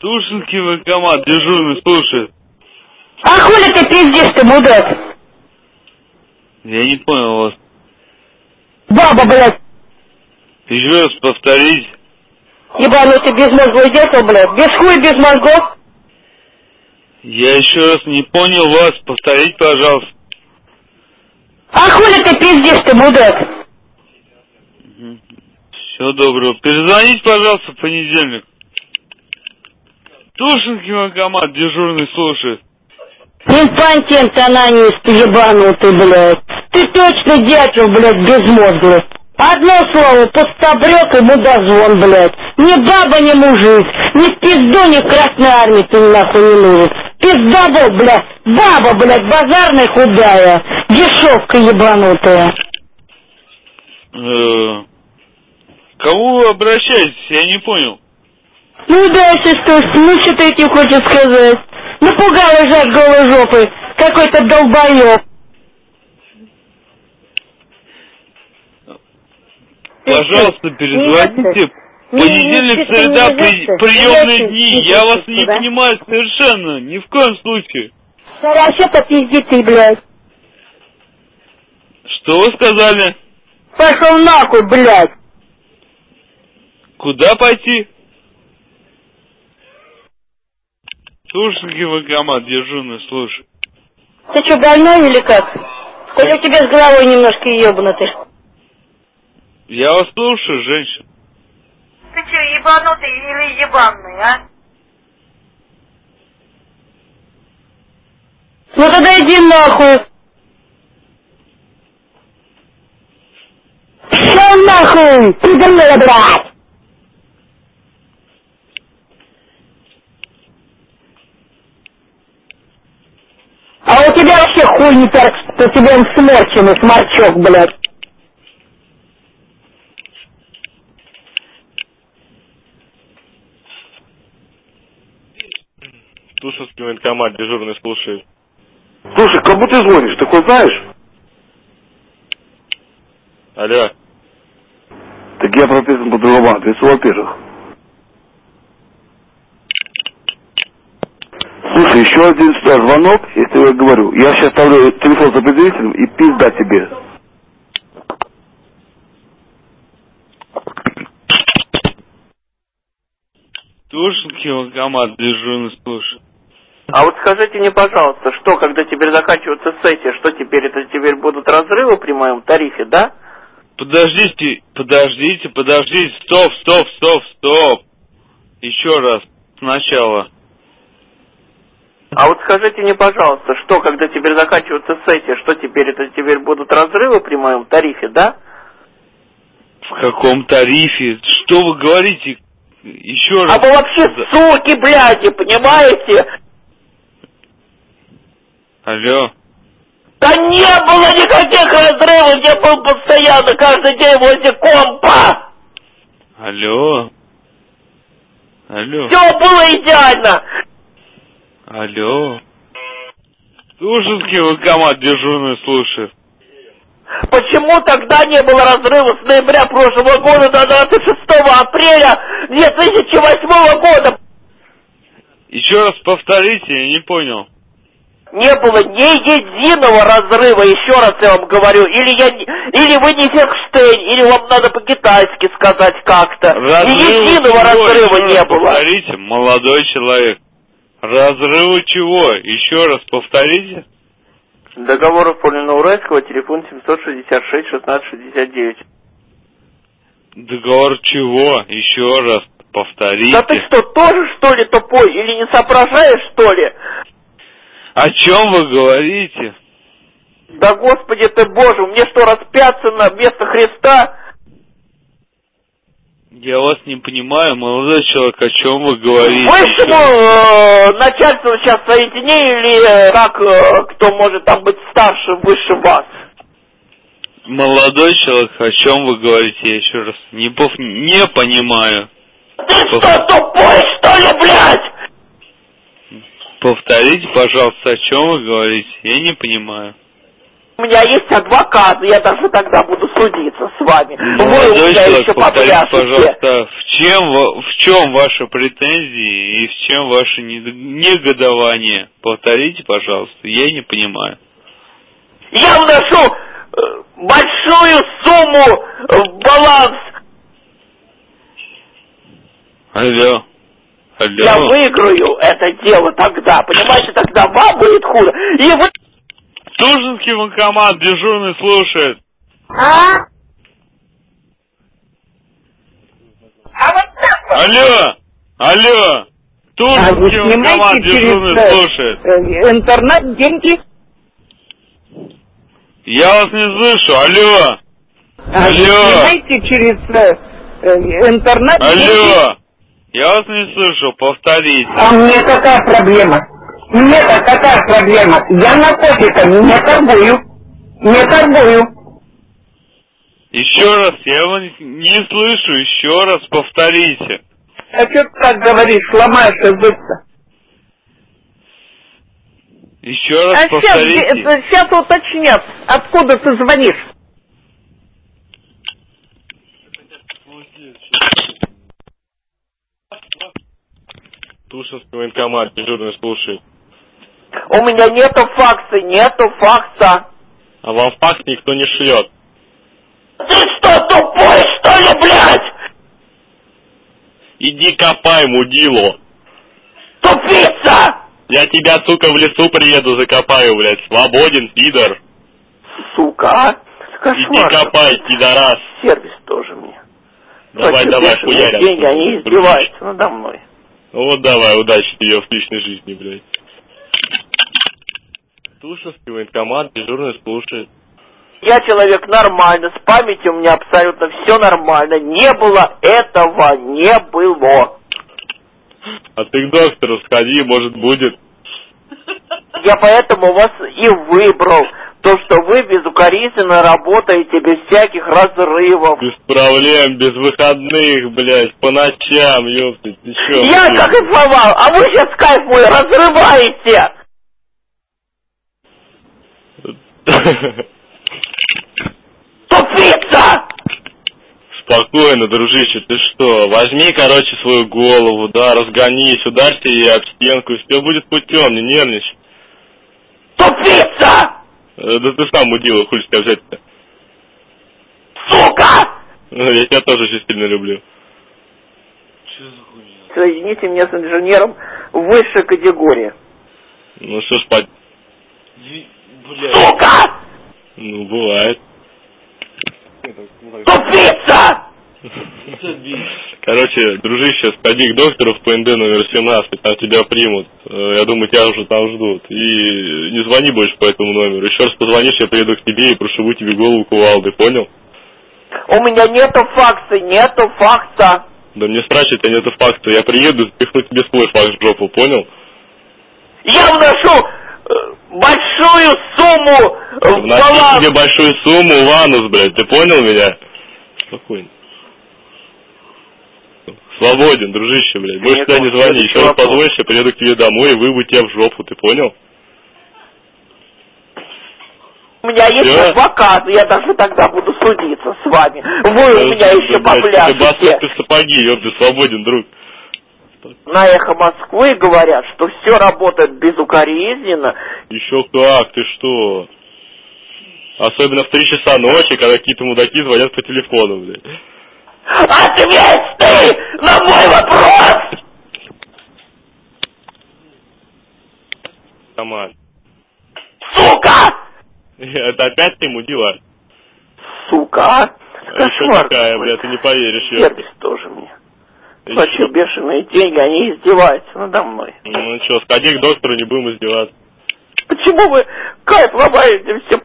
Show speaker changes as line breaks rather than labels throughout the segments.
Тушинский военкомат, дежурный, слушает.
А хули ты пиздишь ты, мудак?
Я не понял вас.
Баба, блядь,
Еще раз повторить.
ебанутый без мозгов дятел, блядь. Без хуя, без мозгов.
Я еще раз не понял вас. Повторить, пожалуйста.
А хули ты пиздишь ты, мудак?
Всего доброго. Перезвоните, пожалуйста, в понедельник. Тушинский военкомат, дежурный, слушает.
Инфантин анонист, ебанутый, блядь. Ты точно дятел, блядь, без мозга. Одно слово, пустобрёк и мудозвон, блядь. Ни баба, ни мужик, ни в пизду, ни в красной армии ты нахуй не нужен. Пиздобол, блядь, баба, блядь, базарная худая, дешевка ебанутая.
Э, Кому вы обращаетесь? Я не понял.
Ну дальше что, ну что ты этим хочешь сказать? Напугал и жать голой жопы, какой-то долбоёб.
Пожалуйста, перезвоните. В
Не, не,
Понедельник,
ты
среда,
не
при-
вяжешься.
приемные
Давайте,
дни.
не
Я вас
вяжешься,
не
да?
понимаю совершенно. Ни в коем случае.
Хорошо попизди ты, блядь.
Что вы сказали?
Пошел нахуй, блядь.
Куда пойти? Тушенки военкомат, дежурный, слушай.
Ты что, больной или как? Хоть у тебя с головой немножко ебнутый.
Я вас слушаю, женщина.
Ты че, ебанутый или ебанный, а?
Ну тогда иди нахуй. Пошел нахуй, пидорная, блядь. А у тебя вообще хуй не торг, у тебя он сморченный, сморчок, блядь.
Тушинский военкомат, дежурный слушает.
Слушай, кому ты звонишь, ты хоть знаешь?
Алло.
Так я прописан по другому адресу, во-первых. Слушай, еще один сюда звонок, я тебе говорю. Я сейчас ставлю телефон за предъявителем и пизда тебе.
Тушенки военкомат, дежурный, слушай.
А вот скажите мне, пожалуйста, что, когда теперь заканчиваются сессии, что теперь это теперь будут разрывы при моем тарифе, да?
Подождите, подождите, подождите, стоп, стоп, стоп, стоп. Еще раз, сначала.
А вот скажите мне, пожалуйста, что, когда теперь заканчиваются сессии, что теперь это теперь будут разрывы при моем тарифе, да?
В каком тарифе? Что вы говорите? Еще
А
раз.
вы вообще суки, блядь, и понимаете?
Алло.
Да не было никаких разрывов, я был постоянно, каждый день возле компа.
Алло. Алло.
Все было идеально.
Алло. Тушенский военкомат, дежурный, слушай.
Почему тогда не было разрыва с ноября прошлого года до 26 апреля 2008 года?
Еще раз повторите, я не понял.
не было ни единого разрыва, еще раз я вам говорю, или я, не- или вы не Фехштейн, или вам надо по-китайски сказать как-то. Ни
Разрыва чего?
единого
Ещё
разрыва не
раз
было.
Повторите, молодой человек. Разрыва чего? Еще раз повторите.
Договор оформлен Уральского, телефон 766-1669.
Договор чего? Еще раз повторите.
Да ты что, тоже что ли тупой, или не соображаешь что ли?
О чем вы говорите?
Да господи ты боже, мне что, распяться на место Христа?
Я вас не понимаю, молодой человек, о чем вы говорите?
Высшему э, начальству сейчас соедини, или э, как, э, кто может там быть старше, выше вас?
Молодой человек, о чем вы говорите? Я еще раз не, пов- не понимаю.
Ты что, тупой, что ли, блядь?
Повторите, пожалуйста, о чем вы говорите? Я не понимаю.
у меня есть адвокат, я даже тогда буду судиться с вами. Ну,
Ну,
Вы у
Молодой
меня
человек,
еще
повторите,
попляшете.
пожалуйста, в чем, ва- в чем ваши претензии и в чем ваше нед- негодование? Повторите, пожалуйста, я не понимаю.
Я вношу э, большую сумму в баланс.
Алло.
Я
Алло.
выиграю это дело тогда, понимаете, тогда вам будет хуже. И вы
Тужинский банкомат, дежурный слушает.
А? А вот так вот.
Алло. Алло.
А вы
Тужинский банкомат,
снимаете через
дежурный слушает.
э, э, интернет деньги?
Я вас не слышу. Алло.
А вы
Алло.
снимаете через э, э, интернет деньги?
Алло. Я вас не слышу. Повторите.
А у меня какая проблема? Мне-то какая проблема? Я наркотиками не торгую. Не торгую.
Еще раз, я его не- не слышу. Еще раз повторите.
А что ты так говоришь, ломаешь язык-то?
Еще раз
А сейчас,
повторите.
э,
сейчас уточнят, откуда ты звонишь.
Тушинский военкомат, дежурный слушает.
У меня нету факса, нету факса.
А вам факс никто не шлет.
Ты что, тупой, что ли, блядь?
Иди копай, мудило.
Тупица!
Я тебя, сука, в лесу приеду, закопаю, блядь. Свободен, пидор.
Сука, а?
Иди
Кошмар.
копай, пидорас.
Сервис тоже мне.
Ну, Давай,
Вообще
давай,
бешеные
хуярим.
деньги, они издеваются надо мной.
Ну Вот давай, удачи тебе в личной жизни, блядь. Тушинский военкомат, дежурный слушает.
Я человек нормально, с памятью у меня абсолютно все нормально. Не было этого, не было.
А ты к доктору сходи, может будет.
Я поэтому вас и выбрал. То, что вы безукоризненно работаете без всяких разрывов.
Без проблем, без выходных, блядь, по ночам, ёпты, ты чё?
Я
блядь?
как инфовал, а вы сейчас кайф мой разрываете. Тупица!
Спокойно, дружище, ты что? Возьми, короче, свою голову, да, разгонись, ударься ей об стенку, и все будет путем, не нервничай.
Тупица!
Э, Да ты сам удила, хуй с тебя взять-то.
Сука!
Ну, Я тебя тоже очень сильно люблю.
Соедините меня с инженером высшей категории.
Ну что ж, под...
Сука!
Ну, бывает.
Тупица!
Короче, дружище, сходи к доктору в ПНД номер 17, там тебя примут. Э, Я думаю, тебя уже там ждут. И не звони больше по этому номеру. Еще раз позвонишь, я приеду к тебе и прошибу тебе голову кувалды, понял?
У меня нету факса, нету факса.
Да мне срать, у тебя нету факта. Я приеду, запихну тебе свой факт в жопу, понял?
Я вношу э, большую сумму э, в
Вноси тебе
баланс.
большую сумму в анус, блядь, ты понял меня? Спокойно. Свободен, дружище, блядь. Больше
Нет,
тебя не
вот
звони.
следующий
Еще раз
вопрос.
позвонишь, я приеду к тебе домой и выбу тебя в жопу, ты понял?
У меня есть
Всё?
адвокат, я даже тогда буду судиться с вами. Вы у меня
Да,
еще
блядь, Э, Ты босых,
попляшете.
ты сапоги, ёпты, свободен, друг.
На эхо Москвы говорят, что все работает безукоризненно.
Еще как, ты что? Особенно в три часа ночи, когда какие-то мудаки звонят по телефону, блядь.
Ответь ты на мой вопрос!
Таман.
Сука!
Это опять ты мудила?
Сука, а?
А еще
Кошмар
такая,
какой.
бля, ты не поверишь, ёпта.
Сервис тоже мне.
Ты
Вообще
чё?
бешеные деньги, они издеваются надо мной.
Ну что, сходи к доктору, не будем издеваться.
Почему вы кайф ломаете все?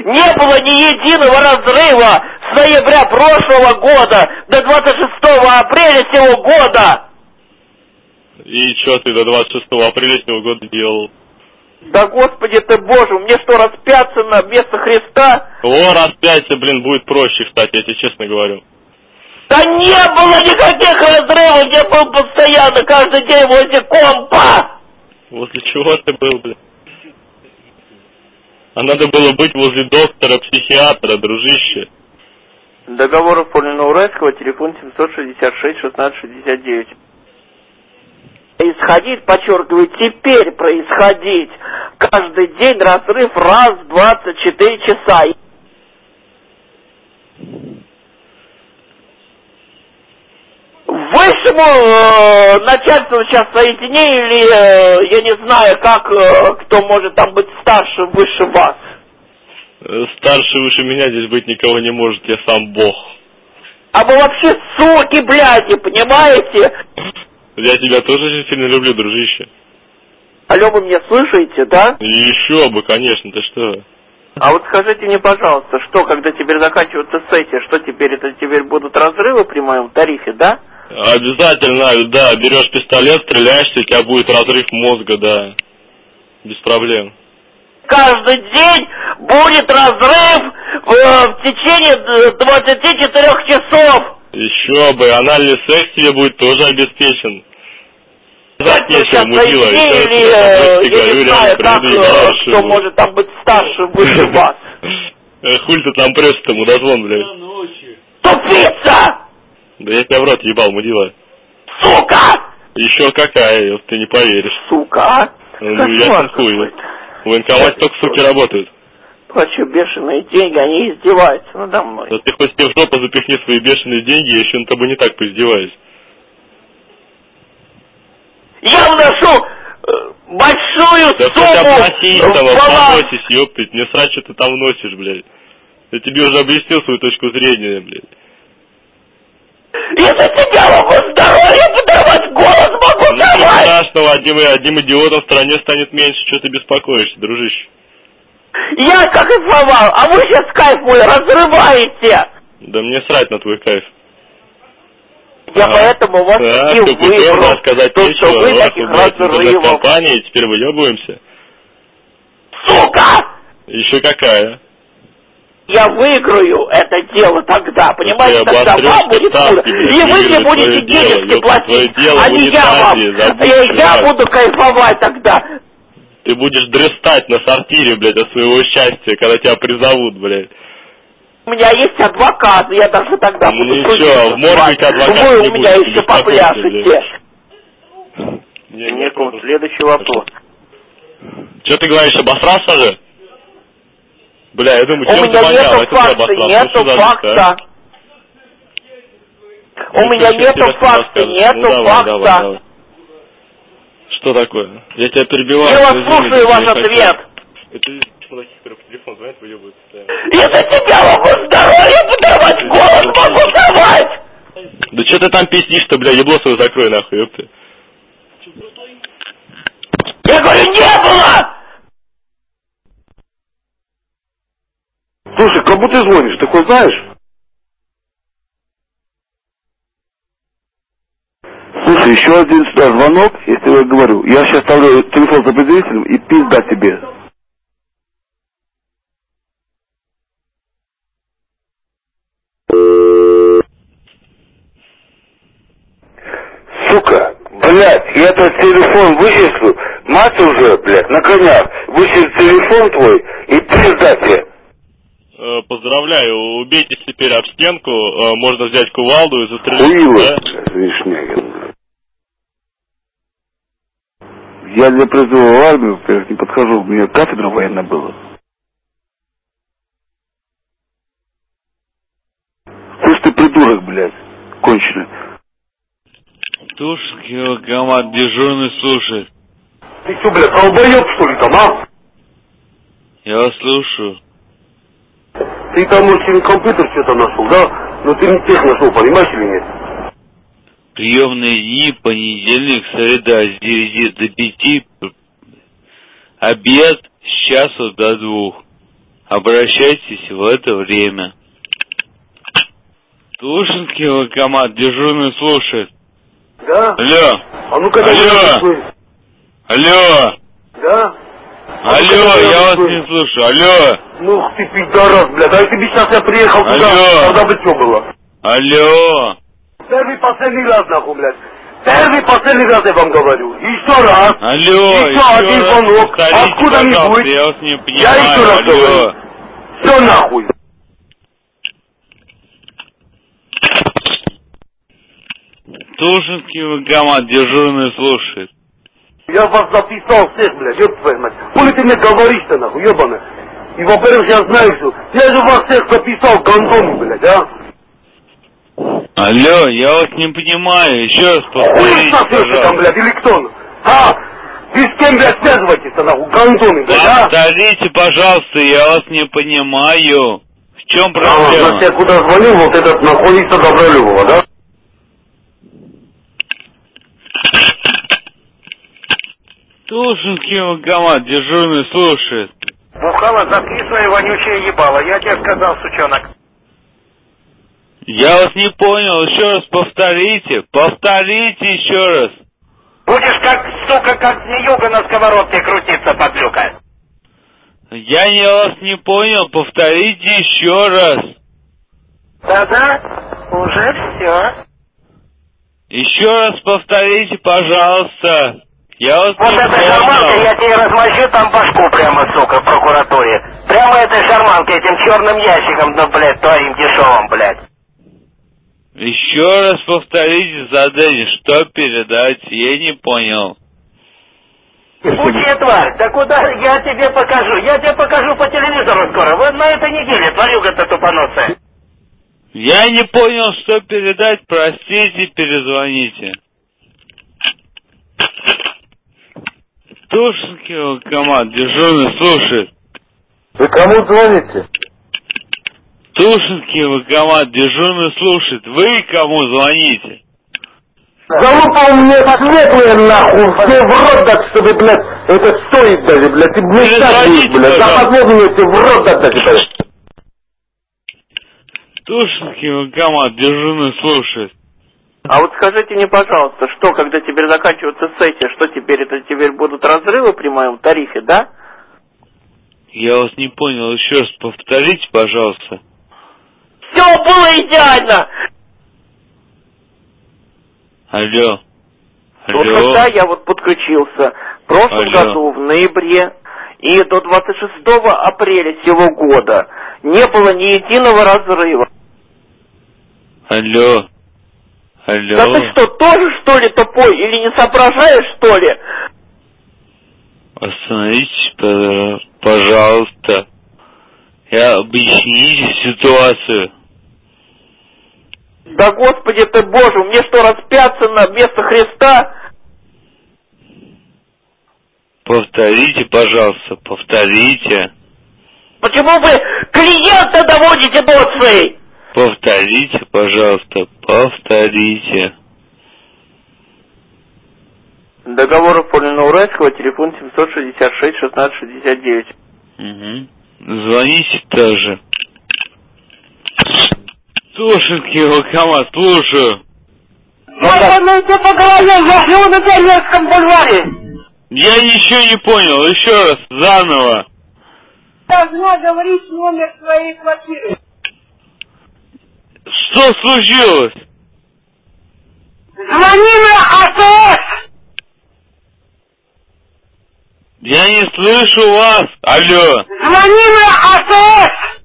Не было ни единого разрыва с ноября прошлого года до 26 апреля сего года.
И что ты до 26 апреля сего года делал?
Да господи ты боже, мне что распяться на место Христа?
О, распяйся, блин, будет проще, кстати, я тебе честно говорю.
Да не было никаких разрывов, я был постоянно, каждый день возле компа.
Возле чего ты был, блин? А надо было быть возле доктора, психиатра, дружище.
Договор оформлен Уральского, телефон 766-1669. Происходить, подчеркиваю, теперь происходить. Каждый день разрыв раз в 24 часа. Высшему э, начальству сейчас соединение, или э, я не знаю, как э, кто может там быть старше, выше вас.
Э, Старше выше меня здесь быть никого не может, я сам бог.
А вы вообще суки, бляди, понимаете?
Я тебя тоже очень сильно люблю, дружище.
Алло, вы меня слышите, да?
И еще бы, конечно, ты что?
А вот скажите мне, пожалуйста, что, когда теперь заканчиваются сессии, что теперь, это теперь будут разрывы при моем тарифе, да?
Обязательно, да, берешь пистолет, стреляешься, у тебя будет разрыв мозга, да. Без проблем.
Каждый день будет разрыв э, в течение э, 24 часов.
Еще бы, анальный секс тебе будет тоже обеспечен.
Давайте
Нечего,
Ну, сейчас
мудила,
найти, или, э,
и сейчас я просто говорю,
я не
реально,
знаю, как,
приведу
э,
хорошего.
кто может там быть старше, выше вас.
Э, Хуй ты там прешь там, удозвон, блядь.
Тупица!
Да я тебя в рот ебал, мудила.
Сука!
Еще какая, ёп, ты не поверишь.
Сука, а?
Ну,
Кошмар
я хуй.
какой-то.
В военкомате только суки работают.
Плачу бешеные деньги, они издеваются надо мной.
Да ты хоть себе в жопу запихни свои бешеные деньги, я еще на тобой не так поиздеваюсь.
Я вношу э, большую
Да хотя бы
сумму
расистого
в баланс.
поносись, ёптыть, мне срать, что ты там носишь, блядь. Я тебе уже объяснил свою точку зрения, блядь.
Если тебя могу здоровье подорвать, голос могу
Ну, ничего
давать.
страшного, одним, одним идиотом а в стране станет меньше, что ты беспокоишься, дружище.
Я как и сломал, а вы сейчас кайф мой разрываете.
Да мне срать на твой кайф.
Я
А,
поэтому вас
Да,
и
все путем
выбрал,
рассказать
то,
нечего,
что вы
раз
таких
мы, блядь, в
разрывов.
компании, теперь выебываемся.
Сука!
Еще какая?
Я выиграю это дело тогда, понимаете,
Если
тогда
обострёшь
вам будет
ставки,
худо.
блядь,
И вы мне
выиграть
будете
твоё дело,
денежки
ёпта,
платить,
твоё дело
а
в
не я вам.
унитазе, забудь,
Я, я
блядь.
буду кайфовать тогда.
Ты будешь дрестать на сортире, блядь, от своего счастья, когда тебя призовут, блядь.
У меня есть адвокат, я даже тогда
Ну
буду
ничего,
судиться
в
с
морге
вами.
тебя адвокат
Вы
не
у меня
будет,
еще
не беспокойся,
попляшете.
Мне
следующий
вопрос. Че ты говоришь, обосрался же? Бля, я думаю,
У
чем ты
меня
вонял?
нету
Это ты
факта,
обосрался,
нету
что за
факта.
лист, а?
У
Ну,
меня
слушай,
нету
интересно
факта,
расскажешь. Ну,
нету
давай, давай,
факта.
давай. Что такое? Я тебя перебиваю.
Я вас
извини,
слушаю,
я
ваш
не хочу.
ответ.
Это из таких, которые по телефону звонят, выебываются постоянно.
Если тебя могу здоровье подорвать, голос могу давать.
Да что ты там пиздишь-то, бля, ебло свое закрой нахуй, ёпты.
Я говорю, не было!
Слушай, кому ты звонишь, ты хоть знаешь? Слушай, еще один сюда звонок, я тебе говорю. Я сейчас ставлю телефон за предварителем и пизда тебе. Сука, блядь, я этот телефон вычислю, мать уже, блядь, на коня, вычислю телефон твой и пизда тебе.
Э, Поздравляю, убейтесь теперь об стенку, э, можно взять кувалду и застрелиться,
Хуило,
да?
Вишнягин. Я не призывал в армию, во-первых, не подхожу, у меня кафедра военная была. Слышь ты придурок, блядь, конченый.
Тушский военкомат дежурный слушает.
Ты что, блядь, долбоеб что ли там, а?
Я вас слушаю.
Ты там, может, через компьютер что-то нашел, да? Но ты не тех нашел, понимаешь или нет?
Приемные дни, понедельник, среда с 9 до 5, обед с часу до двух. Обращайтесь в это время. Тушинский военкомат, дежурный слушает.
Да?
Алло,
А ну-ка,
Э, Алло! алло,
Да? А
А
алло, я вас не слышу, алло,
Ну ты пидорас, блядь, а если бы сейчас я приехал туда,
Алло!
тогда бы что было?
алло.
Первый последний раз, нахуй, блядь. Ты Первый, последний раз я вам говорю. Еще раз.
Алло,
еще,
еще
один
раз
звонок.
повторите,
Откуда-нибудь.
пожалуйста, я вас не понимаю.
Я еще раз
Алло.
говорю. Все нахуй.
Тушинский военкомат дежурный слушает.
Я вас записал всех, блядь, ёб твою мать. Хули ты мне говоришь-то, нахуй, ёбаная. И, во-первых, я знаю, что я же вас всех записал гандон, блядь, а?
Алло, я вас не понимаю, еще раз
Хуй
повторите,
сосёшь там,
пожалуйста.
блядь, или кто? ну? А? Вы с кем, блядь, связываетесь-то, нахуй, гандоны, блядь, а?
Повторите, пожалуйста, я вас не понимаю. В чем
А,
проблема?
значит, я куда звонил, вот этот находится Добролюбова, да?
Тушинский военкомат дежурный слушает.
Бухала, заткни свои вонючие ебало, я тебе сказал, сучонок.
Я вас не понял, еще раз повторите, повторите еще раз.
Будешь как, сука, как змеюга на сковородке крутиться, подлюка.
Я не вас не понял, повторите еще раз.
Да-да, уже все.
Еще раз повторите, пожалуйста. Я вас
Вот
не
этой шарманкой я
понял.
тебе размочу там башку прямо, сука, в прокуратуре. Прямо этой шарманкой, этим черным ящиком, ну, блядь, твоим дешевым, блядь.
Еще раз повторите задание, что передать, я не понял.
Пучья тварь, да куда я тебе покажу? Я тебе покажу по телевизору скоро. Вот на этой неделе, тварюга-то тупоносая.
Я не понял, что передать, простите, перезвоните. Тушинский военкомат, дежурный слушает.
Вы кому звоните?
Тушинский военкомат, дежурный слушает. Вы кому звоните?
Залупа у меня светлая нахуй, все в рот дать, чтобы, блядь, это стоит даже, блядь, ты мне так
Перезвоните,
будешь, блядь,
пожалуйста.
западной мне тебе в рот дать даже, блядь.
Тушинский военкомат, дежурный слушает.
А вот скажите мне, пожалуйста, что, когда теперь заканчивается сессия, что теперь, это теперь будут разрывы при моем тарифе, да?
Я вас не понял, еще раз повторите, пожалуйста.
Все было идеально!
Алло.
Вот
Алло.
когда я вот подключился в прошлом
Алло.
году, в ноябре, и до 26 апреля сего года не было ни единого разрыва.
Алло. Алло.
Да ты что, тоже что ли тупой или не соображаешь что ли?
Остановитесь, пожа- пожалуйста. И объясните ситуацию.
Да господи ты боже, мне что распяться на место Христа?
Повторите, пожалуйста, повторите.
Почему вы клиента доводите до своей?
Повторите, пожалуйста, повторите.
Договор оформлен на Уральского, телефон 766-1669.
Угу. Звоните тоже. Тушинский военкомат, слушаю. Я ничего не понял, еще раз, заново.
Должна говорить номер своей квартиры.
Что случилось? Звони на АТС! Я не слышу вас! Алло! Звони на АТС!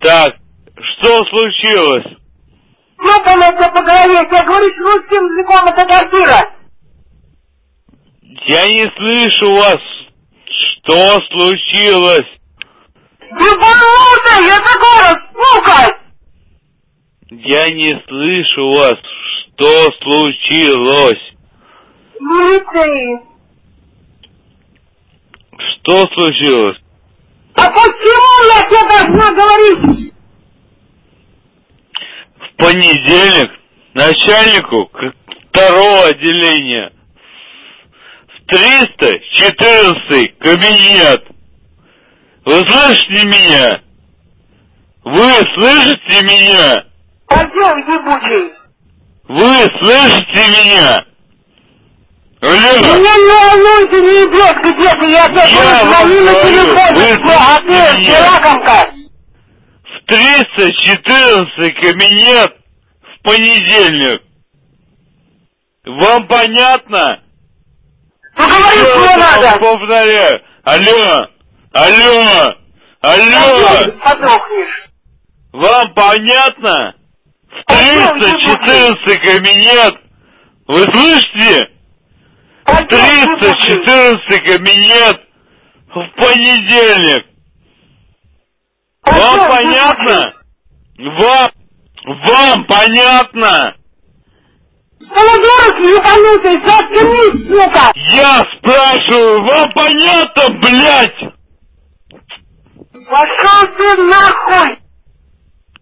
Так, что случилось? Я не слышу вас! Что случилось?
Ебанутый, это город, сука!
Я не слышу вас! Что случилось?
Милиции.
Что случилось?
А почему я тебе должна говорить?
в понедельник начальнику к- второго отделения в 314 кабинет. Вы слышите меня? Вы слышите меня?
Пойдем, ебучий.
Вы слышите меня? Алло!
Мне не волнуйся, не идешь где ты, я тебе
Я
говорю,
вам
звони на
говорю,
телефон,
вы
а ты,
слышите меня?
Сиракомка.
В 314 кабинет в понедельник.
Вам понятно?
Ну говори,
Ещё
что
раз
надо!
вам Повторяю. Алло! Алло! Алло!
Подохнешь.
Вам понятно?
Алло,
В
А я
314 кабинет! Вы слышите?
А
В
Подохнешь, подохнешь.
314 кабинет! В понедельник!
А
Вам
Подохнешь.
понятно? Вам, вам понятно?
Полудурок ебанутый, ну, заткнись, сука!
Я спрашиваю, вам понятно, блядь?
Пошел ты нахуй!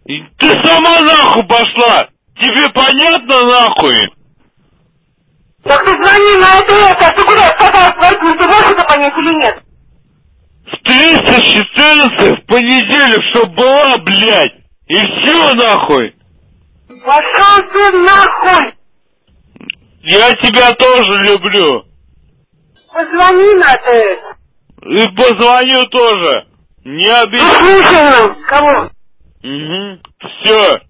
И Ты сама нахуй пошла! Тебе понятно нахуй?
Так ты звони на это это, а ты куда попал в квартиру, ты можешь это понять или нет?
С 314 в понедельник, чтоб была, блядь! И все нахуй!
Пошел А ты нахуй!
Я тебя тоже люблю!
Позвони на это это.
И позвоню тоже! Не обижай!
слушай нам, кого?
Угу. Все!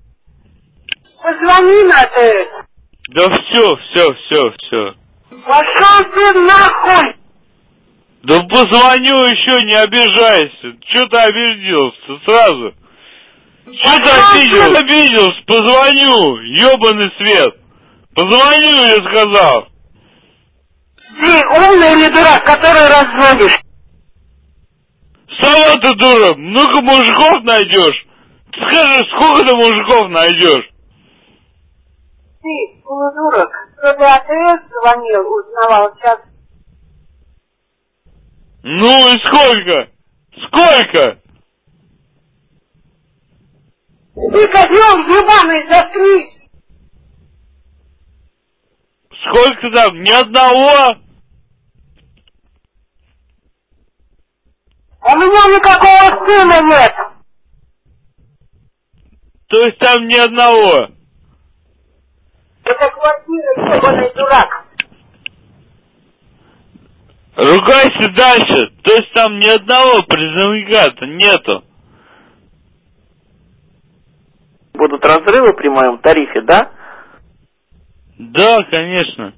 Позвони на это это.
Да все, все, все, все.
Пошел ты нахуй!
Да позвоню еще, не обижайся. Че ты обиделся сразу? Че ты
ну,
обиделся? Обиделся, позвоню, ебаный свет. Позвоню, я сказал.
Ты умный или дурак, который разводишь?
Сама ты дура, много мужиков найдешь. Скажи, сколько ты мужиков найдешь?
Ты полудурок, кто ты АТС звонил, узнавал сейчас.
Ну и сколько? Сколько?
Ты козел ебаный, заткнись!
Сколько там? Ни одного?
А У меня никакого сына нет!
То есть там ни одного?
Это квартира, ебаный дурак!
Ругайся дальше. То есть там ни одного призывника-то нету.
Будут разрывы при моем тарифе, да?
Да, конечно.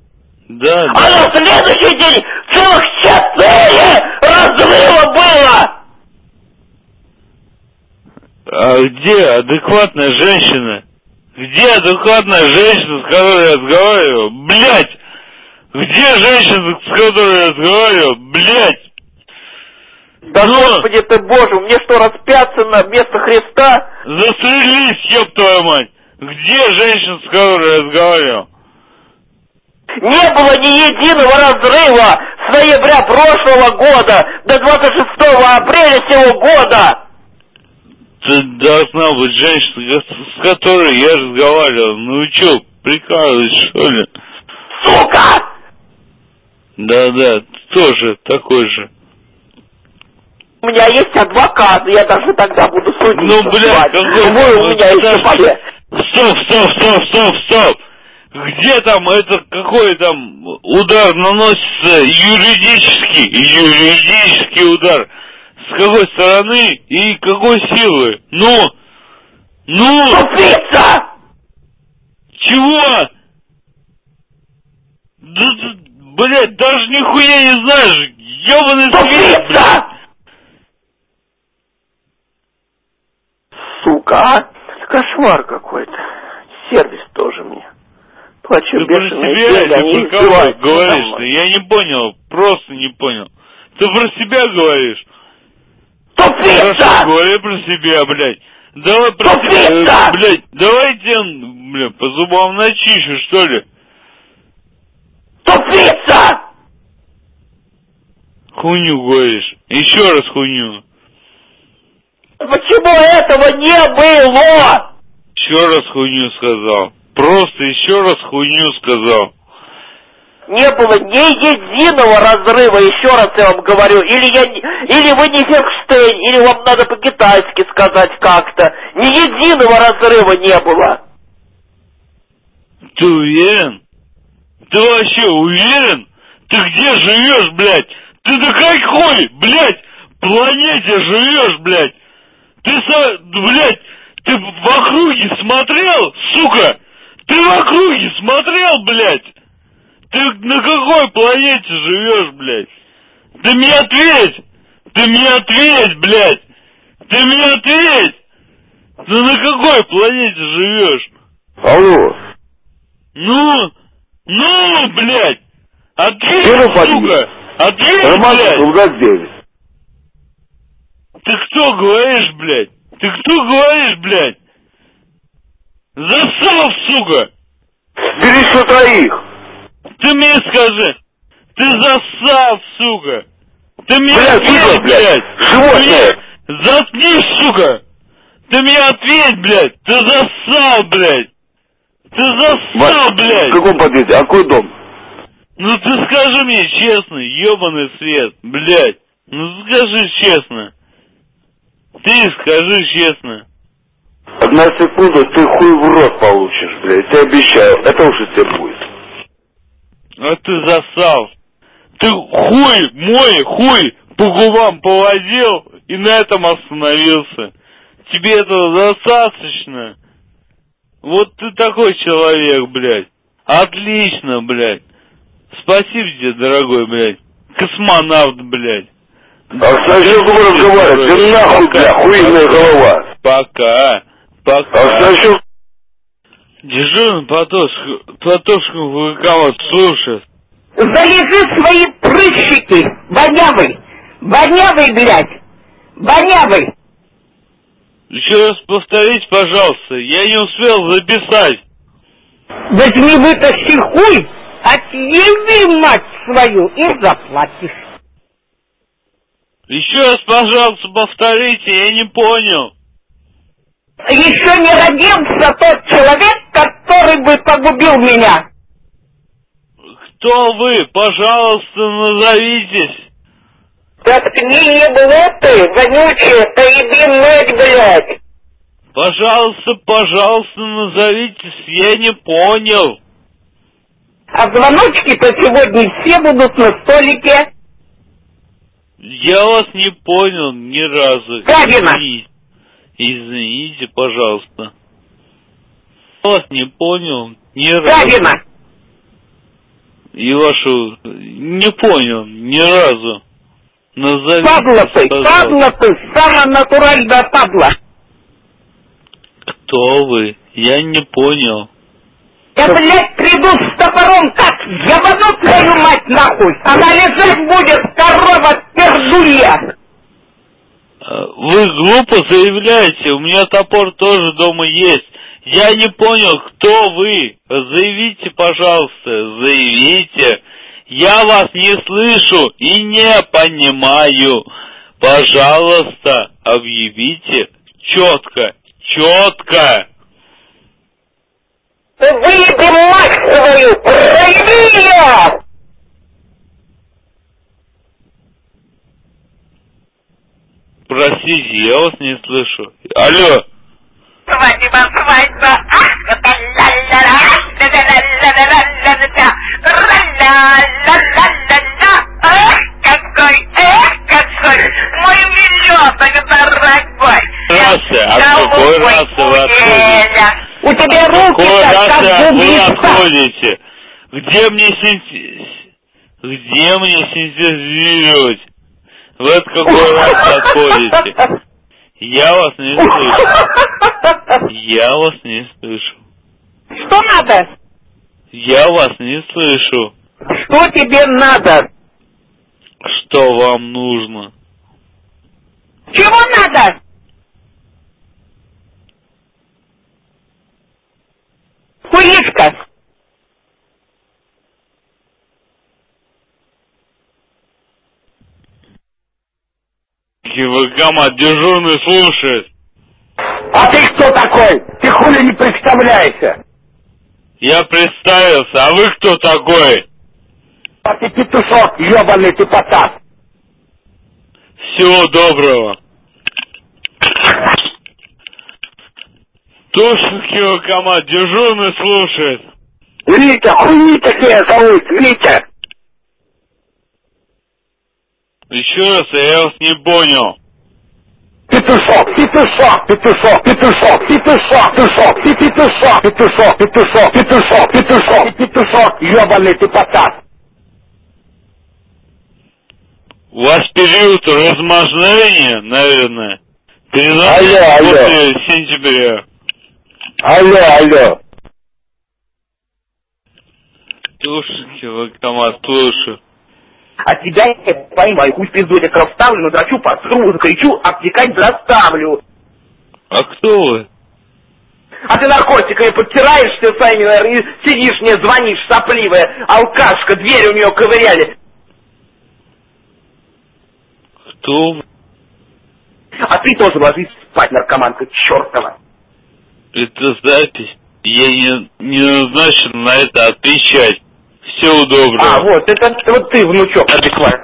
Да,
А
да.
на следующий день целых четыре разрыва было!
А где адекватная женщина? Где адекватная женщина, с которой я разговариваю? Блять! Где женщина, с которой я разговариваю? Блять!
Да
Ну,
господи ты боже, мне что, распяться на место Христа?
Застрелись, ёб твою мать! Где женщина, с которой я разговаривал?
Не было ни единого разрыва с ноября прошлого года до 26 апреля сего года.
Ты должна быть женщина, с которой я разговаривал. Ну и чё, прикалываешь, что ли?
Сука!
Да-да, ты тоже такой же.
У меня есть адвокат, я даже тогда буду
Ну,
судиться.
бля,
блядь,
какой...
у меня есть
Стоп,
ИП.
стоп, стоп, стоп, стоп, стоп. Где там это, какой там удар наносится юридический, юридический удар? С какой стороны и какой силы? Ну, ну,
Тупица!
чего? Да, ты, блядь, даже нихуя не знаешь, ёбаный свет, блядь.
Тупица! Сука, а? Кошмар какой-то. Сервис тоже мне. Плачу
Ты про
бешеные
себя
деньги, они
или про кого
издеваются
говоришь?
надо мной.
Я не понял, просто не понял. Ты про себя говоришь? Хорошо,
Тупица!
говори про себя, блядь. Давай про
Тупица!
себя, э, блядь, давай тебе, блядь, по зубам начищу, что ли?
Тупица!
Хуйню говоришь. Еще раз хуйню.
Почему этого не было?
Еще раз хуйню сказал. Просто еще раз хуйню сказал.
Не было ни единого разрыва, еще раз я вам говорю. Или, я, не- или вы не Ферштейн, или вам надо по-китайски сказать как-то. Ни единого разрыва не было.
Ты уверен? Ты вообще уверен? Ты где живешь, блядь? Ты на какой, блядь, планете живешь, блядь? Ты, со... блядь, ты в округе смотрел, сука? Ты в округе смотрел, блядь? Ты на какой планете живешь, блядь? Ты мне ответь! Ты мне ответь, блядь! Ты мне ответь! Ты на какой планете живешь?
Алло,
Ну, ну, блядь! Ответь,
Киров Владимирович.
сука! Ответь,
Ромашка,
блядь!
куда 9.
Ты кто говоришь, блядь? Ты кто говоришь, блядь? Засал, сука!
Бери еще троих.
Ты мне скажи! Ты засал, сука! Ты мне
Бля,
ответь,
сука, блядь! Животное!
Ты мне- Заткнись, сука! Ты мне ответь, блядь! Ты засал, блядь! Ты засал,
Вась, В
блядь!
каком подъезде? А какой дом?
Ну ты скажи мне честно, ебаный свет, блядь! Ну скажи честно! Ты скажи честно!
Одна секунда, ты хуй в рот получишь, блядь. Я обещаю. Это уж и тебе будет.
А ты засал. Ты хуй, мой хуй по губам поводил и на этом остановился. Тебе этого достаточно. Вот ты такой человек, блядь. Отлично, блядь. Спасибо тебе, дорогой, блядь. Космонавт, блядь.
А с чем ты разговаривать? Ты нахуй, бля, хуйная голова.
Пока.
А
Пока.
с чем
Дежурный Платошку, Платошку выкалывать слушает.
Зарежи свои прыщики, вонявый, вонявый, блядь, вонявый.
Еще раз повторить, пожалуйста. Я не успел записать.
Возьми вытащи хуй, отъеби мать свою и заплатишь.
Еще раз, пожалуйста, повторите, я не понял.
Еще не родился тот человек, который бы погубил меня.
Кто вы? Пожалуйста, назовитесь.
Заткни еблоты, вонючие, поеби мать, блядь.
Пожалуйста, пожалуйста, назовитесь, я не понял.
А звоночки-то сегодня все будут на столике.
Я вас не понял ни разу.
Гадина!
Извините, Извините, пожалуйста. Я вас не понял ни разу.
Гадина!
И вашу... Не понял ни разу. Назовитесь,
Падла ты,
пожалуйста.
падла ты, самая натуральная падла.
Кто вы? Я не понял.
Я, блядь, приду с топором так, ебану твою мать нахуй. Она лежать будет, корова пердунья.
Э, Вы глупо заявляете, у меня топор тоже дома есть. Я не понял, кто вы. Заявите, пожалуйста, заявите. Я вас не слышу и не понимаю. Пожалуйста, объявите четко, четко.
Ты выеби мать свою, прояви ее!
Простите, я вас не слышу. Алло.
Свадьба, свадьба, ах, да ля ля ля ля ля ля ля ля ля ля ля ра ля ля ля ля ля эх, какой, эх, какой, мой миллионок дорогой.
Раса, а в какой
Голубой
расы вы отходите?
Уэля.
У тебя
Какой
руки-то
раз
как
вы
губиста.
отходите? Где мне синтез... Где мне синтезировать? Вы от какой раз отходите? Я вас не слышу. Я вас не слышу.
Что надо?
Я вас не слышу.
Что тебе надо?
Что вам нужно?
Чего надо? Хуишка.
Кивагама дежурный слушает.
А ты кто такой? Ты хули не представляешься?
Я представился, а вы кто такой?
А ты петушок, ебаный ты потап.
Всего доброго. Тушинский военкомат, дежурный слушает.
Витя, хуйни такие зовут, Витя.
Еще раз, я вас не понял.
петушок, петушок, петушок, петушок, петушок, петушок, пи- петушок, петушок, петушок, петушок, петушок, петушок, ебаный ты потас.
У вас период размножения, наверное, переносится
Алло, алло.
после сентября.
Алло, алло.
Слушайте, лактомат, слушаю.
А тебя я поймаю, хуй пизду, я кровставлю, надрачу посру, закричу, обтекать заставлю.
А кто вы?
А ты наркотиками подтираешься, Саймер, и сидишь мне, звонишь, сопливая, алкашка, дверь у нее ковыряли.
Кто вы?
А ты тоже ложись спать, наркоманка чертова.
Это запись. Я не, не назначен на это отвечать. Все удобно.
А, вот, это вот ты, внучок, адекватный.